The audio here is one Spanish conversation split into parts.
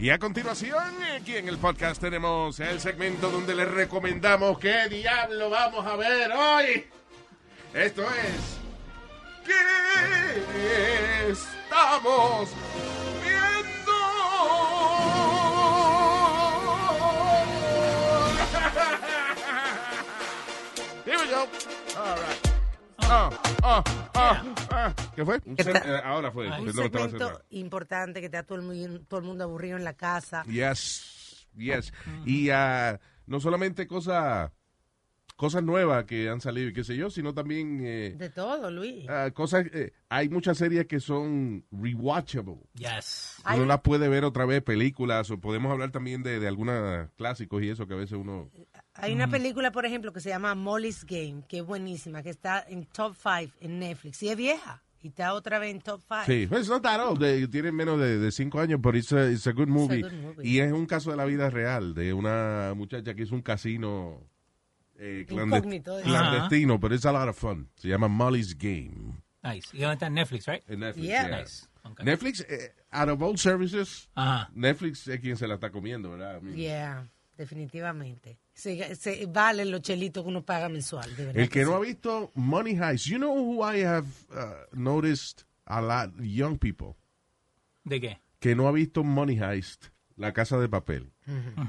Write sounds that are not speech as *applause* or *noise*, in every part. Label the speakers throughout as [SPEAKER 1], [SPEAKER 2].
[SPEAKER 1] Y a continuación, aquí en el podcast tenemos el segmento donde les recomendamos qué diablo vamos a ver hoy. Esto es... ¿Qué estamos *laughs* viendo? Here we go. All right. Ah, ah, ah, ah. ¿Qué fue? Un
[SPEAKER 2] ¿Qué
[SPEAKER 1] se-
[SPEAKER 2] tal?
[SPEAKER 1] eh, ahora fue.
[SPEAKER 2] Un
[SPEAKER 1] Perdón, estaba
[SPEAKER 2] segmento
[SPEAKER 1] cerrado.
[SPEAKER 2] importante que está todo el, mu- todo el mundo aburrido en la casa.
[SPEAKER 1] Yes, yes. Y ah, no solamente cosa- cosas nuevas que han salido y qué sé yo, sino también eh,
[SPEAKER 2] De todo, Luis.
[SPEAKER 1] ah, cosas... eh, hay muchas series que son rewatchable.
[SPEAKER 3] Yes.
[SPEAKER 2] Hay-
[SPEAKER 1] Uno las puede ver otra vez, películas, o podemos hablar también de, de algunos clásicos y eso que a veces uno...
[SPEAKER 2] Hay
[SPEAKER 1] Mm.
[SPEAKER 2] una película, por ejemplo, que se llama Molly's Game, que es buenísima, que está en top 5 en Netflix. Y es vieja. Y está otra vez en top 5.
[SPEAKER 1] Sí, pues it's not that old. eh, Tiene menos de, de cinco años, pero it's a, it's a good movie.
[SPEAKER 2] good movie.
[SPEAKER 1] Y es un caso de la vida real, de una muchacha que hizo un casino eh, clandest-
[SPEAKER 2] Incógnito, ¿eh?
[SPEAKER 1] clandestino, pero it's a lot of fun. Se llama Molly's Game.
[SPEAKER 3] Nice. Y ahora está en Netflix, right?
[SPEAKER 1] En Netflix.
[SPEAKER 2] Yeah.
[SPEAKER 1] yeah.
[SPEAKER 3] Nice. Ok.
[SPEAKER 1] Netflix, eh, out of all services,
[SPEAKER 3] Ajá.
[SPEAKER 1] Netflix es quien se la está comiendo, ¿verdad? I mean,
[SPEAKER 2] Yeah, definitivamente. Se, se valen los chelitos que uno paga mensual, de verdad.
[SPEAKER 1] El que
[SPEAKER 2] sí.
[SPEAKER 1] no ha visto Money Heist, you know who I have uh, noticed a lot, young people.
[SPEAKER 3] ¿De qué?
[SPEAKER 1] que no ha visto Money Heist, La Casa de Papel.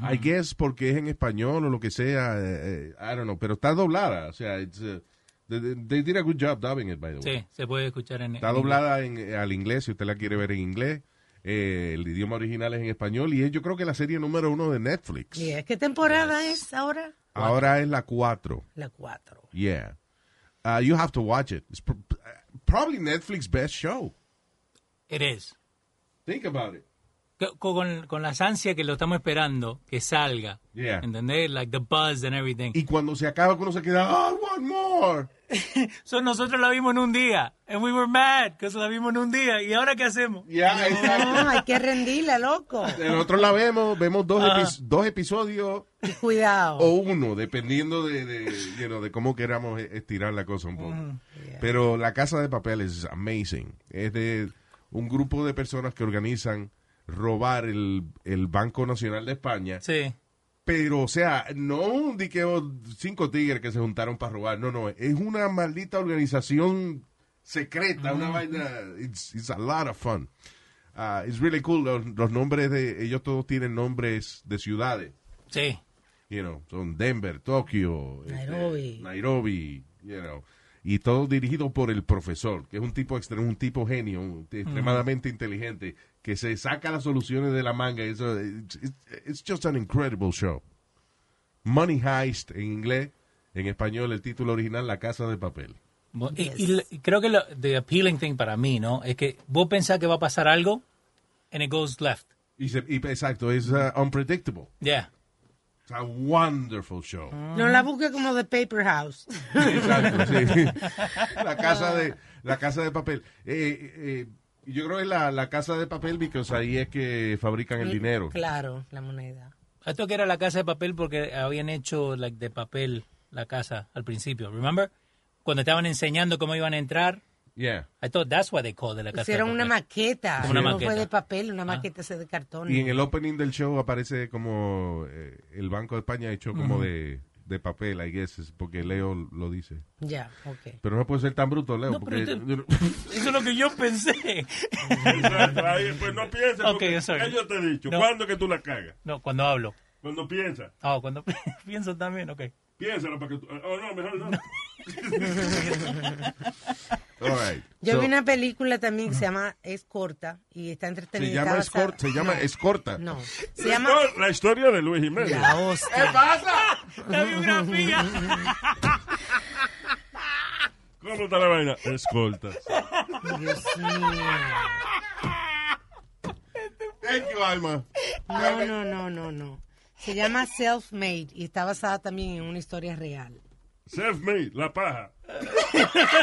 [SPEAKER 1] I guess porque es en español o lo que sea, eh, eh, I don't know, pero está doblada, o sea, it's, uh, they, they did a good job dubbing it, by the way.
[SPEAKER 3] Sí, se puede escuchar en
[SPEAKER 1] Está
[SPEAKER 3] en-
[SPEAKER 1] doblada en, eh, al inglés, si usted la quiere ver en inglés, eh, el idioma original es en español y es yo creo que la serie número uno de Netflix.
[SPEAKER 2] Yeah, ¿Qué temporada es ahora?
[SPEAKER 1] Ahora es la cuatro,
[SPEAKER 2] La 4.
[SPEAKER 1] yeah. Uh, you have to watch it. It's pr- probably Netflix best show.
[SPEAKER 3] It is.
[SPEAKER 1] Think about it.
[SPEAKER 3] Co- Con, con las ansias que lo estamos esperando que salga.
[SPEAKER 1] Yeah.
[SPEAKER 3] ¿Entendés? Like the buzz and everything.
[SPEAKER 1] Y cuando se acaba, uno se queda, oh, one more.
[SPEAKER 3] So, nosotros la vimos en un día. And we were mad because la vimos en un día. ¿Y ahora qué hacemos?
[SPEAKER 1] Yeah, exacto.
[SPEAKER 2] No, hay que rendirla, loco.
[SPEAKER 1] Nosotros la vemos, vemos dos, epi- dos episodios
[SPEAKER 2] Y Cuidado.
[SPEAKER 1] o uno, dependiendo de, de, you know, de cómo queramos e-, estirar la cosa un poco. Pero La Casa de Papel es amazing. Es de un grupo de personas que organizan robar el, el Banco Nacional de España.
[SPEAKER 3] Sí.
[SPEAKER 1] Pero, o sea, no un diqueo cinco tigres que se juntaron para robar. No, no. Es una maldita organización secreta, una vaina. It's, it's a lot of fun. Ah, it's really cool. Los, los nombres de. Ellos todos tienen nombres de ciudades.
[SPEAKER 3] Sí.
[SPEAKER 1] You know, son Denver, Tokio, este,
[SPEAKER 2] Nairobi.
[SPEAKER 1] Nairobi, you know. Y todo dirigido por el profesor, que es un tipo extremo, un tipo genio, un- extremadamente inteligente, que se saca las soluciones de la manga. Eso, it's, it's- it's just an incredible show. Money Heist en inglés, en español el título original La Casa de Papel.
[SPEAKER 3] Bo- y-
[SPEAKER 2] Yes.
[SPEAKER 3] Y, l- y creo que lo the appealing thing para mí, ¿no? Es que vos pensás que va a pasar algo and it goes left.
[SPEAKER 1] Y, se- y- exacto, es uh, unpredictable.
[SPEAKER 3] Yeah.
[SPEAKER 1] It's a wonderful show.
[SPEAKER 2] No la busque como de Paper House.
[SPEAKER 1] Exacto, sí. La casa de, la casa de papel. Eh, eh, yo creo que es la, la casa de papel, porque ahí es que fabrican el dinero.
[SPEAKER 2] Claro, la moneda.
[SPEAKER 3] Esto que era la casa de papel porque habían hecho like, de papel la casa al principio, remember? Cuando estaban enseñando cómo iban a entrar,
[SPEAKER 1] Yeah.
[SPEAKER 3] I thought that's what they called it, la casa
[SPEAKER 2] Hicieron
[SPEAKER 3] de
[SPEAKER 2] una
[SPEAKER 3] papel.
[SPEAKER 2] maqueta.
[SPEAKER 3] Una
[SPEAKER 2] no
[SPEAKER 3] maqueta. Ah.
[SPEAKER 2] fue de papel, una maqueta ese de cartón.
[SPEAKER 1] Y en el opening del show aparece como eh, el Banco de España hecho como de, de papel, I guess, es porque Leo lo dice.
[SPEAKER 2] Ya, ok.
[SPEAKER 1] Pero no puede ser tan bruto, Leo.
[SPEAKER 3] No,
[SPEAKER 1] porque,
[SPEAKER 3] pero *laughs* Eso es lo que yo pensé. *laughs*
[SPEAKER 4] Exacto, ahí, pues no pienses.
[SPEAKER 3] Ok,
[SPEAKER 4] porque
[SPEAKER 3] sorry.
[SPEAKER 4] ya yo te he dicho,
[SPEAKER 3] No.
[SPEAKER 4] ¿cuándo que tú la cagas?
[SPEAKER 3] No, cuando hablo.
[SPEAKER 4] Cuando piensas.
[SPEAKER 3] Ah, cuando *laughs* pienso también, ok.
[SPEAKER 4] Piénsalo para que tú. Oh, no, mejor no.
[SPEAKER 1] All right.
[SPEAKER 2] Yo
[SPEAKER 1] So,
[SPEAKER 2] vi una película también que se llama Es Corta y está entretenida.
[SPEAKER 1] se llama,
[SPEAKER 2] Está basada-
[SPEAKER 1] escort, se llama escorta.
[SPEAKER 2] No, no. se
[SPEAKER 4] La
[SPEAKER 2] llama
[SPEAKER 4] histó- La historia de Luis Jiménez.
[SPEAKER 2] La Hostia.
[SPEAKER 3] La biografía.
[SPEAKER 4] ¿Cómo está la vaina? Escolta.
[SPEAKER 2] Dios mío.
[SPEAKER 1] Thank you, Alma.
[SPEAKER 2] No, no, no, no, no. Se llama Self-Made y está basada también en una historia real.
[SPEAKER 4] Self made, la paja.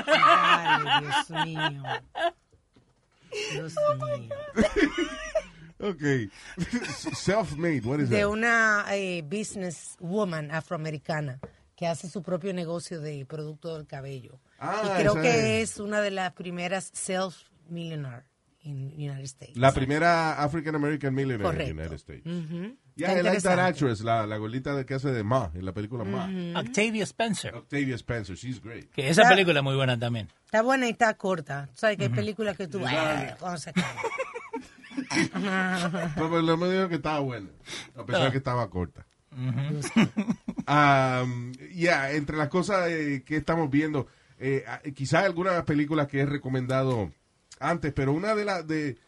[SPEAKER 2] Ay, Dios mío. Dios
[SPEAKER 1] Oh
[SPEAKER 2] mío.
[SPEAKER 1] Ok. *laughs* Self-made, what is
[SPEAKER 2] De
[SPEAKER 1] that?
[SPEAKER 2] una eh, businesswoman afroamericana que hace su propio negocio de producto del cabello.
[SPEAKER 1] Ah,
[SPEAKER 2] y creo
[SPEAKER 1] esa
[SPEAKER 2] que
[SPEAKER 1] es.
[SPEAKER 2] es una de las primeras self-millionaire. in United States.
[SPEAKER 1] La primera African American millionaire
[SPEAKER 2] Correcto.
[SPEAKER 1] in the United States.
[SPEAKER 2] Ujú.
[SPEAKER 1] Yeah,
[SPEAKER 2] Está
[SPEAKER 1] I like that
[SPEAKER 2] interesante. Mm.
[SPEAKER 1] actress, la, la gordita de que hace de Ma, en la película Ma.
[SPEAKER 3] Octavia Spencer.
[SPEAKER 1] Octavia Spencer, she's great.
[SPEAKER 3] Que esa
[SPEAKER 2] Claro.
[SPEAKER 3] película es muy buena también.
[SPEAKER 2] Está buena y está corta. Tú sabes que hay películas que tú... cuando se acaba.
[SPEAKER 1] Pero por lo menos dijo que estaba buena, a pesar que estaba corta. Um, yeah, entre las cosas eh, que estamos viendo, eh, ah, quizás algunas películas que he recomendado antes, pero una de las de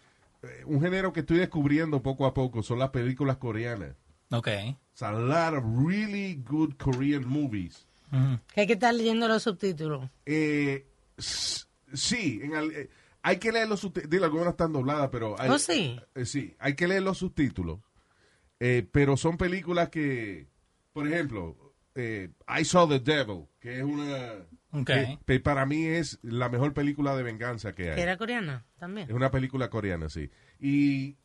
[SPEAKER 1] eh, un género que estoy descubriendo poco a poco son las películas coreanas.
[SPEAKER 3] Ok.
[SPEAKER 1] It's a lot of really good Korean movies.
[SPEAKER 3] Ujú.
[SPEAKER 2] que hay que estar leyendo los subtítulos.
[SPEAKER 1] Eh, s- sí, en al- eh, hay que leer los subtítulos. Digo, algunas están dobladas, pero. Hay,
[SPEAKER 2] Oh, sí.
[SPEAKER 1] eh, sí, hay que leer los subtítulos. Eh, pero son películas que. Por ejemplo, eh, I Saw the Devil, que es una.
[SPEAKER 3] Ok.
[SPEAKER 1] que- que para mí es la mejor película de venganza que hay.
[SPEAKER 2] Que era coreana
[SPEAKER 1] Es
[SPEAKER 2] también.
[SPEAKER 1] una película coreana, sí. Y,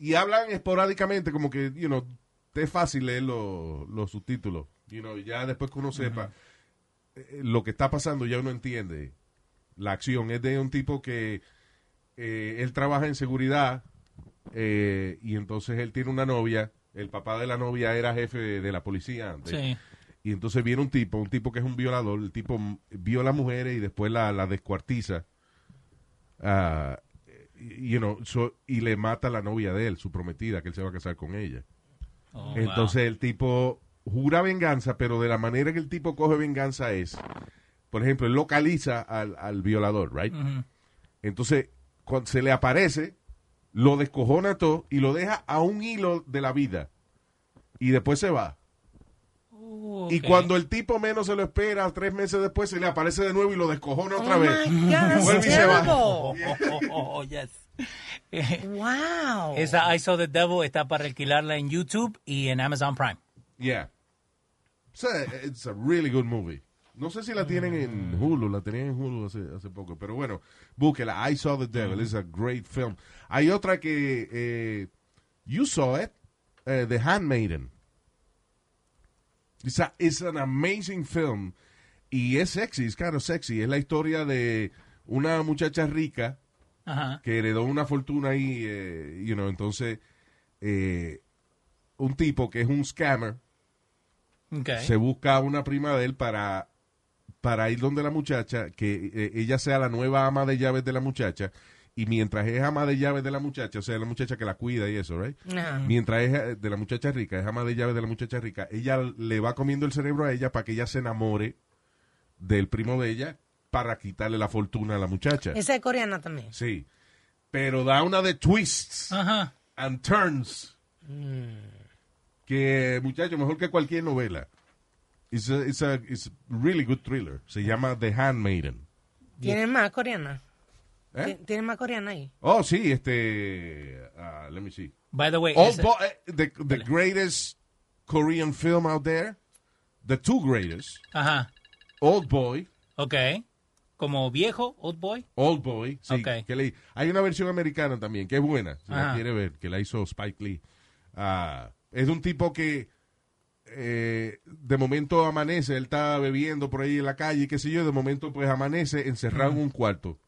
[SPEAKER 1] y hablan esporádicamente, como que, you know, te es fácil leer lo- los subtítulos. You know, ya después que uno sepa eh, lo que está pasando, ya uno entiende. La acción es de un tipo que eh, él trabaja en seguridad eh, y entonces él tiene una novia. El papá de la novia era jefe de, de la policía antes.
[SPEAKER 3] Sí.
[SPEAKER 1] Y entonces viene un tipo, un tipo que es un violador, el tipo m- viola mujeres y después la, la descuartiza. Ah, y- you know, so- y le mata a la novia de él, su prometida, que él se va a casar con ella.
[SPEAKER 3] Oh, wow.
[SPEAKER 1] Entonces el tipo jura venganza, pero de la manera que el tipo coge venganza es, por ejemplo, él localiza al, al violador, ¿right?
[SPEAKER 3] Ujú.
[SPEAKER 1] Entonces, cuando se le aparece, lo descojona todo y lo deja a un hilo de la vida. Y después se va.
[SPEAKER 3] Oh,
[SPEAKER 1] Y
[SPEAKER 3] ok.
[SPEAKER 1] cuando el tipo menos se lo espera, tres meses después se le aparece de nuevo y lo descojona otra
[SPEAKER 2] oh
[SPEAKER 1] vez.
[SPEAKER 2] my
[SPEAKER 1] Vuelve
[SPEAKER 2] God,
[SPEAKER 1] y
[SPEAKER 2] that's
[SPEAKER 1] se va.
[SPEAKER 3] Oh,
[SPEAKER 2] terrible.
[SPEAKER 3] oh, oh, oh, yes. *laughs*
[SPEAKER 2] Wow.
[SPEAKER 3] Esa I Saw the Devil está para alquilarla en YouTube y en Amazon Prime.
[SPEAKER 1] Yeah. It's a, it's a really good movie. No sé si la tienen
[SPEAKER 2] Mm.
[SPEAKER 1] en Hulu, la tenían en Hulu hace, hace poco, pero bueno, búsquela. I Saw the
[SPEAKER 2] Mm.
[SPEAKER 1] Devil, it's a great film. Hay otra que, eh, you saw it, eh, The Handmaiden. It's, a- it's an amazing film. Y es sexy, es kind of sexy. Es la historia de una muchacha rica
[SPEAKER 3] Ajá.
[SPEAKER 1] que heredó una fortuna ahí, eh, you know, entonces eh, un tipo que es un scammer
[SPEAKER 3] Ok.
[SPEAKER 1] se busca a una prima de él para, para ir donde la muchacha, que eh, ella sea la nueva ama de llaves de la muchacha, y mientras es ama de llaves de la muchacha, o sea, la muchacha que la cuida y eso, ¿right?
[SPEAKER 2] Ajá.
[SPEAKER 1] Mientras es eh, de la muchacha rica, es ama de llaves de la muchacha rica, ella le va comiendo el cerebro a ella para que ella se enamore del primo de ella para quitarle la fortuna a la muchacha.
[SPEAKER 2] Esa es coreana también.
[SPEAKER 1] Sí. Pero da una de twists
[SPEAKER 3] Ajá.
[SPEAKER 1] and turns. Que, muchacho, mejor que cualquier novela. It's a, it's a it's really good thriller. Se llama The Handmaiden.
[SPEAKER 2] ¿Tienen más coreana?
[SPEAKER 1] ¿Eh?
[SPEAKER 2] Ti- ¿Tienen más coreana ahí?
[SPEAKER 1] Oh, sí, este... ah, let me see.
[SPEAKER 3] By the way,
[SPEAKER 1] Oh,
[SPEAKER 3] esa-
[SPEAKER 1] bo- eh, the, the greatest Korean film out there. The two greatest.
[SPEAKER 3] ajá.
[SPEAKER 1] Old Boy.
[SPEAKER 3] Ok. Como viejo, old boy.
[SPEAKER 1] Old Boy. Sí,
[SPEAKER 3] Ok.
[SPEAKER 1] que le- hay una versión americana también, que es buena, si la
[SPEAKER 3] Ajá.
[SPEAKER 1] quiere ver, que la hizo Spike Lee. Ah, es de un tipo que eh, de momento amanece, él está bebiendo por ahí en la calle, qué sé yo, de momento pues amanece encerrado en un cuarto.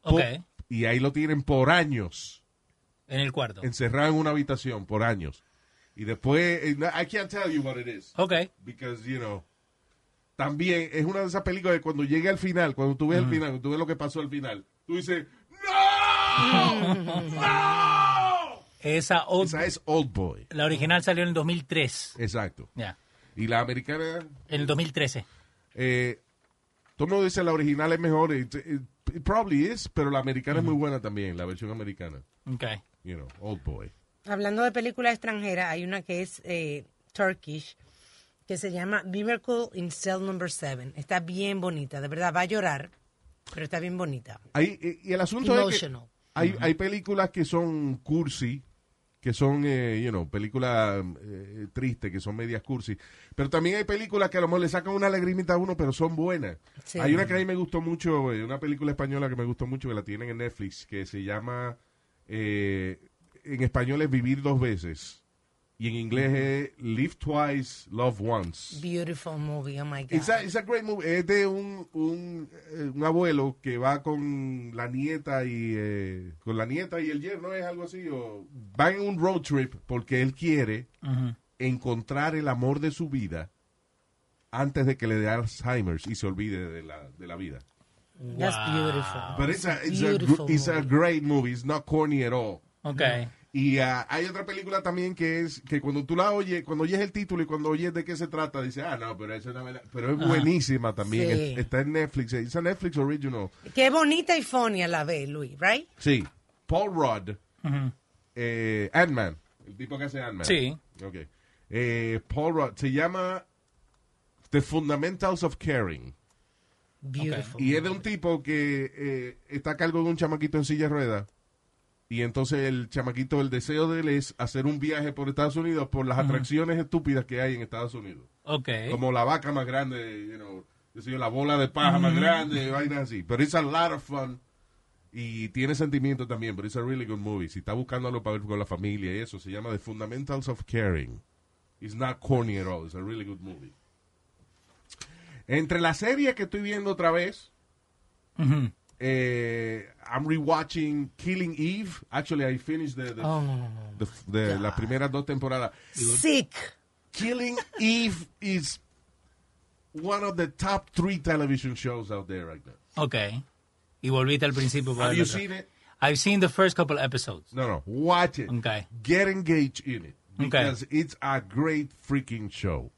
[SPEAKER 3] Ok.
[SPEAKER 1] Po- Y ahí lo tienen por años,
[SPEAKER 3] En el cuarto.
[SPEAKER 1] encerrado en una habitación, por años. Y después, eh, no, I can't tell you what it is,
[SPEAKER 3] Ok.
[SPEAKER 1] because, you know, también es una de esas películas que cuando llegue al final, cuando tú ves el final, cuando tú ves lo que pasó al final, tú dices, ¡No! ¡No!
[SPEAKER 3] Esa old
[SPEAKER 1] Esa es Old Boy.
[SPEAKER 3] La original salió en el 2003.
[SPEAKER 1] Exacto.
[SPEAKER 3] Ya.
[SPEAKER 1] Y la americana,
[SPEAKER 3] En el 2013.
[SPEAKER 1] eh, todo el mundo dice la original es mejor, it, it- it probably is, pero la americana es muy buena también, la versión americana,
[SPEAKER 3] Ok.
[SPEAKER 1] you know, Old Boy.
[SPEAKER 2] Hablando de películas extranjeras, hay una que es eh, Turkish, que se llama Miracle in Cell Number 7. Está bien bonita, de verdad, va a llorar, pero está bien bonita.
[SPEAKER 1] Ahí, eh, y el asunto es
[SPEAKER 2] Emotional.
[SPEAKER 1] que hay, hay películas que son cursi, que son, eh, you know, películas eh, tristes, que son medias cursi. Pero también hay películas que a lo mejor le sacan una lagrimita a uno, pero son buenas.
[SPEAKER 2] Sí.
[SPEAKER 1] Hay una que a mí me gustó mucho, eh, una película española que me gustó mucho, que la tienen en Netflix, que se llama, eh, en español es Vivir dos veces. Y en inglés es Live Twice, Love Once.
[SPEAKER 2] Beautiful movie, oh my God.
[SPEAKER 1] It's a, it's a great movie. Es de un, un, eh, un abuelo que va con la nieta y eh, con la nieta y el yerno es algo así. O van en un road trip porque él quiere
[SPEAKER 3] Ujú.
[SPEAKER 1] encontrar el amor de su vida antes de que le dé Alzheimer y se olvide de la, de la vida.
[SPEAKER 2] That's
[SPEAKER 3] Wow.
[SPEAKER 2] beautiful.
[SPEAKER 1] But it's a, it's a,
[SPEAKER 2] Ah, Beautiful
[SPEAKER 1] gr- it's a
[SPEAKER 2] movie.
[SPEAKER 1] great movie. It's not corny at all.
[SPEAKER 3] Ok.
[SPEAKER 1] Y ah, hay otra película también que es que cuando tú la oyes, cuando oyes el título y cuando oyes de qué se trata, dices, ah, no, pero eso es una verdad. Pero es buenísima también.
[SPEAKER 2] Sí.
[SPEAKER 1] Es- está en Netflix. Es a Netflix original.
[SPEAKER 2] Qué bonita y funny a la vez, Luis, right?
[SPEAKER 1] Sí. Paul Rudd,
[SPEAKER 3] Ujú.
[SPEAKER 1] eh, Ant-Man. El tipo que hace Ant-Man.
[SPEAKER 3] Sí.
[SPEAKER 1] Ok. Eh, Paul Rudd. Se llama The Fundamentals of Caring.
[SPEAKER 2] Beautiful.
[SPEAKER 1] Y es de un tipo que eh, está a cargo de un chamaquito en silla de ruedas. Y entonces el chamaquito, el deseo de él es hacer un viaje por Estados Unidos por las atracciones estúpidas que hay en Estados Unidos.
[SPEAKER 3] Ok.
[SPEAKER 1] Como la vaca más grande, you know, qué sé yo, la bola de paja más grande, vainas así. Pero it's a lot of fun. Y tiene sentimiento también, pero it's a really good movie. Si está buscando algo para ver con la familia y eso, se llama The Fundamentals of Caring. It's not corny at all. It's a really good movie. Entre la serie que estoy viendo otra vez,
[SPEAKER 3] Ujú.
[SPEAKER 1] eh, I'm rewatching Killing Eve. Actually, I finished the, the,
[SPEAKER 2] Oh, no, no, no.
[SPEAKER 1] the- the- las primeras dos temporadas.
[SPEAKER 2] Sick.
[SPEAKER 1] Killing Eve is one of the top three television shows out there right now.
[SPEAKER 3] Ok. Y volviste al principio. para
[SPEAKER 1] Have you
[SPEAKER 3] verlo.
[SPEAKER 1] seen it?
[SPEAKER 3] I've seen the first couple episodes.
[SPEAKER 1] No, no. Watch it.
[SPEAKER 3] Okay.
[SPEAKER 1] Get engaged in it.
[SPEAKER 3] Okay.
[SPEAKER 1] Because it's a great freaking show.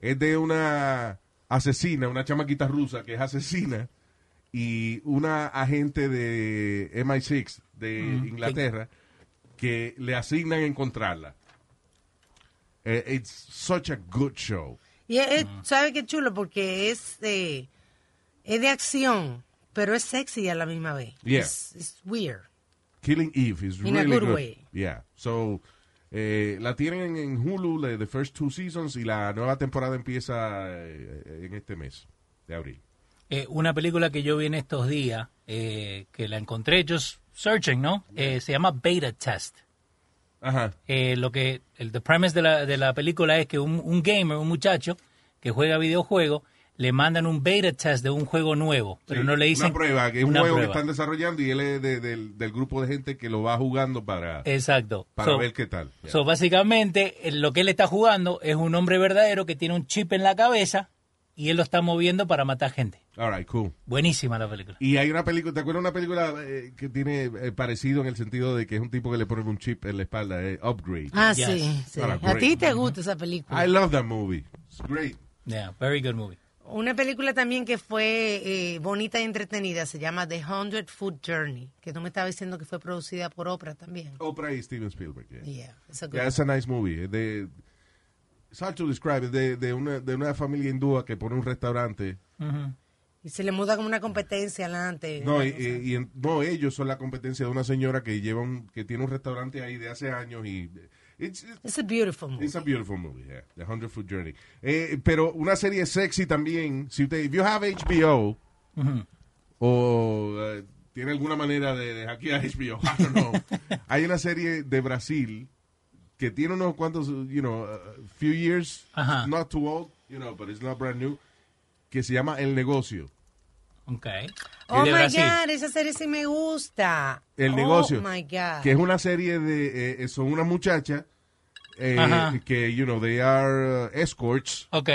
[SPEAKER 1] Es de una asesina, una chamaquita rusa que es asesina y una agente de MI6 de
[SPEAKER 3] Mm-hmm.
[SPEAKER 1] Inglaterra que le asignan encontrarla. Eh, it's such a good show.
[SPEAKER 2] Y es, es- ¿sabe qué chulo? Porque es de, es de acción, pero es sexy a la misma vez.
[SPEAKER 1] Yeah.
[SPEAKER 2] It's, it's weird.
[SPEAKER 1] Killing Eve is
[SPEAKER 2] In a
[SPEAKER 1] really
[SPEAKER 2] good way.
[SPEAKER 1] Yeah. So, eh, la tienen en Hulu the, the first two seasons y la nueva temporada empieza eh, en este mes de abril.
[SPEAKER 3] Eh, una película que yo vi en estos días, eh, que la encontré just searching, ¿no? Eh, se llama Beta Test.
[SPEAKER 1] Ajá.
[SPEAKER 3] Eh, lo que el the premise de la, de la película es que un, un gamer, un muchacho que juega videojuegos, le mandan un beta test de un juego nuego, pero
[SPEAKER 1] Sí,
[SPEAKER 3] no le dicen
[SPEAKER 1] Una prueba, que es un
[SPEAKER 3] una
[SPEAKER 1] juego
[SPEAKER 3] prueba.
[SPEAKER 1] que están desarrollando y él es de- del, del grupo de gente que lo va jugando para,
[SPEAKER 3] Exacto.
[SPEAKER 1] para
[SPEAKER 3] Eh, So-
[SPEAKER 1] ver qué tal. Yeah.
[SPEAKER 3] So, básicamente, eh, lo que él está jugando es un hombre verdadero que tiene un chip en la cabeza y él lo está moviendo para matar gente.
[SPEAKER 1] All right, cool.
[SPEAKER 3] Buenísima la película.
[SPEAKER 1] Y hay una película, ¿te acuerdas una película eh, que tiene eh, parecido en el sentido de que es un tipo que le ponen un chip en la espalda, eh, Upgrade?
[SPEAKER 2] Ah,
[SPEAKER 3] Yes.
[SPEAKER 2] sí, sí.
[SPEAKER 1] Ahora,
[SPEAKER 2] A ti
[SPEAKER 1] great.
[SPEAKER 2] te gusta esa película.
[SPEAKER 1] I love that movie. It's great.
[SPEAKER 3] Yeah, very good movie.
[SPEAKER 2] Una película también que fue eh, bonita y entretenida se llama The Hundred Foot Journey, que tú me estabas diciendo que fue producida por Oprah también.
[SPEAKER 1] Oprah y Steven Spielberg. yeah.
[SPEAKER 2] Yeah, it's a good
[SPEAKER 1] Yeah, it's a nice movie. Es De, it's hard to describe. Es De, de, una, de una familia hindúa que pone un restaurante.
[SPEAKER 3] Ujú.
[SPEAKER 2] Y se le muda como una competencia adelante.
[SPEAKER 1] No, y, y- y en- no, ellos son la competencia de una señora que lleva un- que tiene un restaurante ahí de hace años y it's, it's-
[SPEAKER 2] It's a beautiful movie.
[SPEAKER 1] it's a beautiful movie, yeah, The Hundred Foot Journey. Eh, pero una serie sexy también. Si usted, if you have HBO
[SPEAKER 2] Mm-hmm.
[SPEAKER 3] Ujú.
[SPEAKER 1] o eh, tiene alguna manera de, de hackear HBO, *laughs* I don't know. Hay una serie de Brasil que tiene unos cuantos, you know, a few years,
[SPEAKER 3] Ajá.
[SPEAKER 1] not too old, you know, but it's not brand new, que se llama El Negocio.
[SPEAKER 3] Ok.
[SPEAKER 2] Oh
[SPEAKER 3] Es
[SPEAKER 2] my
[SPEAKER 3] de Brasil.
[SPEAKER 2] God, esa serie sí me gusta.
[SPEAKER 1] El
[SPEAKER 2] oh,
[SPEAKER 1] negocio.
[SPEAKER 2] my God.
[SPEAKER 1] Que es una serie de. eh, son una muchacha eh,
[SPEAKER 3] Ajá.
[SPEAKER 1] que, you know, they are uh, escorts,
[SPEAKER 3] Ok.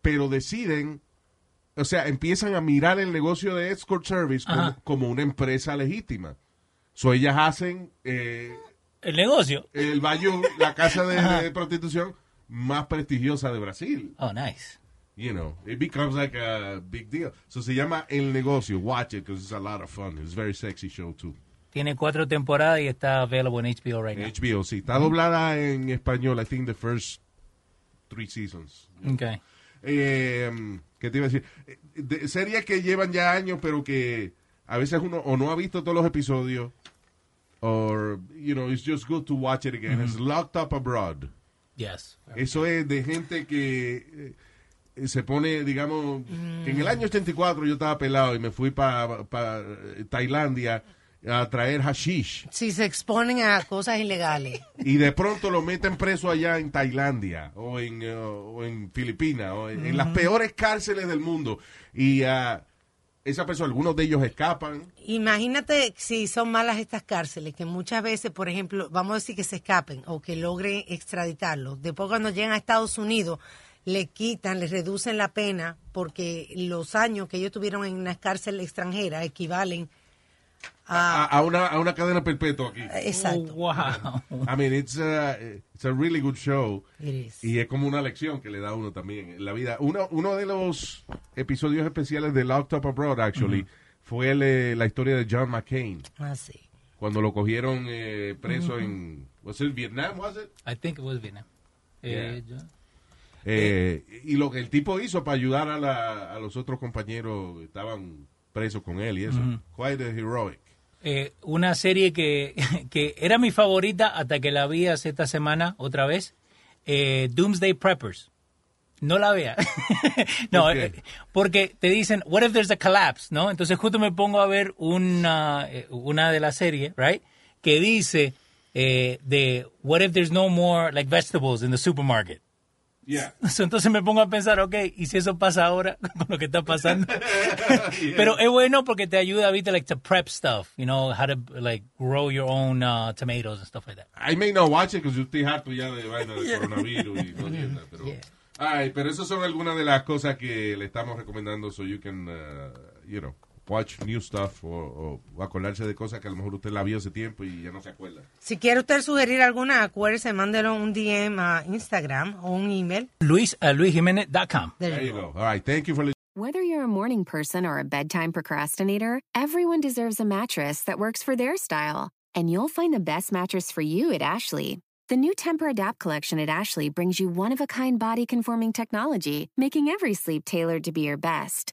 [SPEAKER 1] pero deciden. O sea, empiezan a mirar el negocio de escort service como,
[SPEAKER 3] Ajá.
[SPEAKER 1] como una empresa legítima. So ellas hacen eh,
[SPEAKER 3] El negocio.
[SPEAKER 1] el Bayou, la casa de, de prostitución más prestigiosa de Brasil.
[SPEAKER 3] Oh, nice.
[SPEAKER 1] You know, it becomes like a big deal. So se llama El Negocio. Watch it, because it's a lot of fun. It's a very sexy show, too.
[SPEAKER 3] Tiene cuatro temporadas y está available en HBO right now.
[SPEAKER 1] HBO, sí. Está doblada en español, I think the first three seasons.
[SPEAKER 3] Ok.
[SPEAKER 1] Eh, ¿Qué te iba a decir? Eh, de- series que llevan ya años, pero que a veces uno o no ha visto todos los episodios, o, you know, it's just good to watch it again. It's Locked Up Abroad.
[SPEAKER 3] Yes.
[SPEAKER 1] Eso es de gente que eh, se pone, digamos, que en el año 84 yo estaba pelado y me fui para eh, Tailandia. a traer hashish
[SPEAKER 2] Si se exponen a cosas ilegales.
[SPEAKER 1] y de pronto lo meten preso allá en Tailandia o en, eh, o en Filipinas o en, en las peores cárceles del mundo. Y ah, esa persona, algunos de ellos escapan.
[SPEAKER 2] Imagínate si son malas estas cárceles, que muchas veces, por ejemplo, vamos a decir que se escapen o que logren extraditarlos. Después cuando llegan a Estados Unidos, le quitan, les reducen la pena porque los años que ellos tuvieron en una cárcel extranjera equivalen
[SPEAKER 1] A,
[SPEAKER 2] a...
[SPEAKER 1] a una, a una cadena perpetua aquí.
[SPEAKER 2] Exacto.
[SPEAKER 3] Oh, wow.
[SPEAKER 1] I mean, it's a, it's a really good show.
[SPEAKER 2] It is.
[SPEAKER 1] Y es como una lección que le da a uno también en la vida. Uno, uno de los episodios especiales de Locked Up Abroad, actually, fue el, eh, la historia de John McCain.
[SPEAKER 2] Así.
[SPEAKER 1] Cuando lo cogieron eh, preso en... ¿Was it Vietnam, was it?
[SPEAKER 3] I think it was Vietnam. Eh, yo-
[SPEAKER 1] Eh, y lo que el tipo hizo para ayudar a, la- a los otros compañeros que estaban presos con él y eso. Quite a heroic.
[SPEAKER 3] eh, una serie que, *laughs* que era mi favorita hasta que la vi hace esta semana otra vez, eh, Doomsday Preppers. No la vea. *laughs* no,
[SPEAKER 1] ¿Por qué?
[SPEAKER 3] eh, porque te dicen, what if there's a collapse, ¿no? Entonces justo me pongo a ver una, eh, una de la serie, right? Que dice eh, de, what if there's no more like vegetables in the supermarket.
[SPEAKER 1] Yeah.
[SPEAKER 3] So, *laughs* Entonces me pongo a pensar, ok, ¿y si eso pasa ahora *laughs* con lo que está pasando? Pero es bueno porque te ayuda, viste, like to prep stuff, you know, how to like grow your own uh, tomatoes and stuff like that.
[SPEAKER 1] I may not watch it because yo estoy harto ya de vaina de coronavirus y cosas, pero... Ay, pero esas son algunas de las cosas que le estamos recomendando so you can, uh, you know, watch new stuff o, o acordarse de cosas que a lo mejor usted la vio hace tiempo y ya no se acuerda.
[SPEAKER 2] Si quiere usted sugerir alguna, acuérdese, mándelo un DM a Instagram o un email.
[SPEAKER 3] Luis, uh, luisjimenez.com.
[SPEAKER 1] There you go. All right, thank you for
[SPEAKER 5] Whether you're a morning person or a bedtime procrastinator, everyone deserves a mattress that works for their style. And you'll find the best mattress for you at Ashley. The new Temper Adapt collection at Ashley brings you one of a kind body conforming technology, making every sleep tailored to be your best.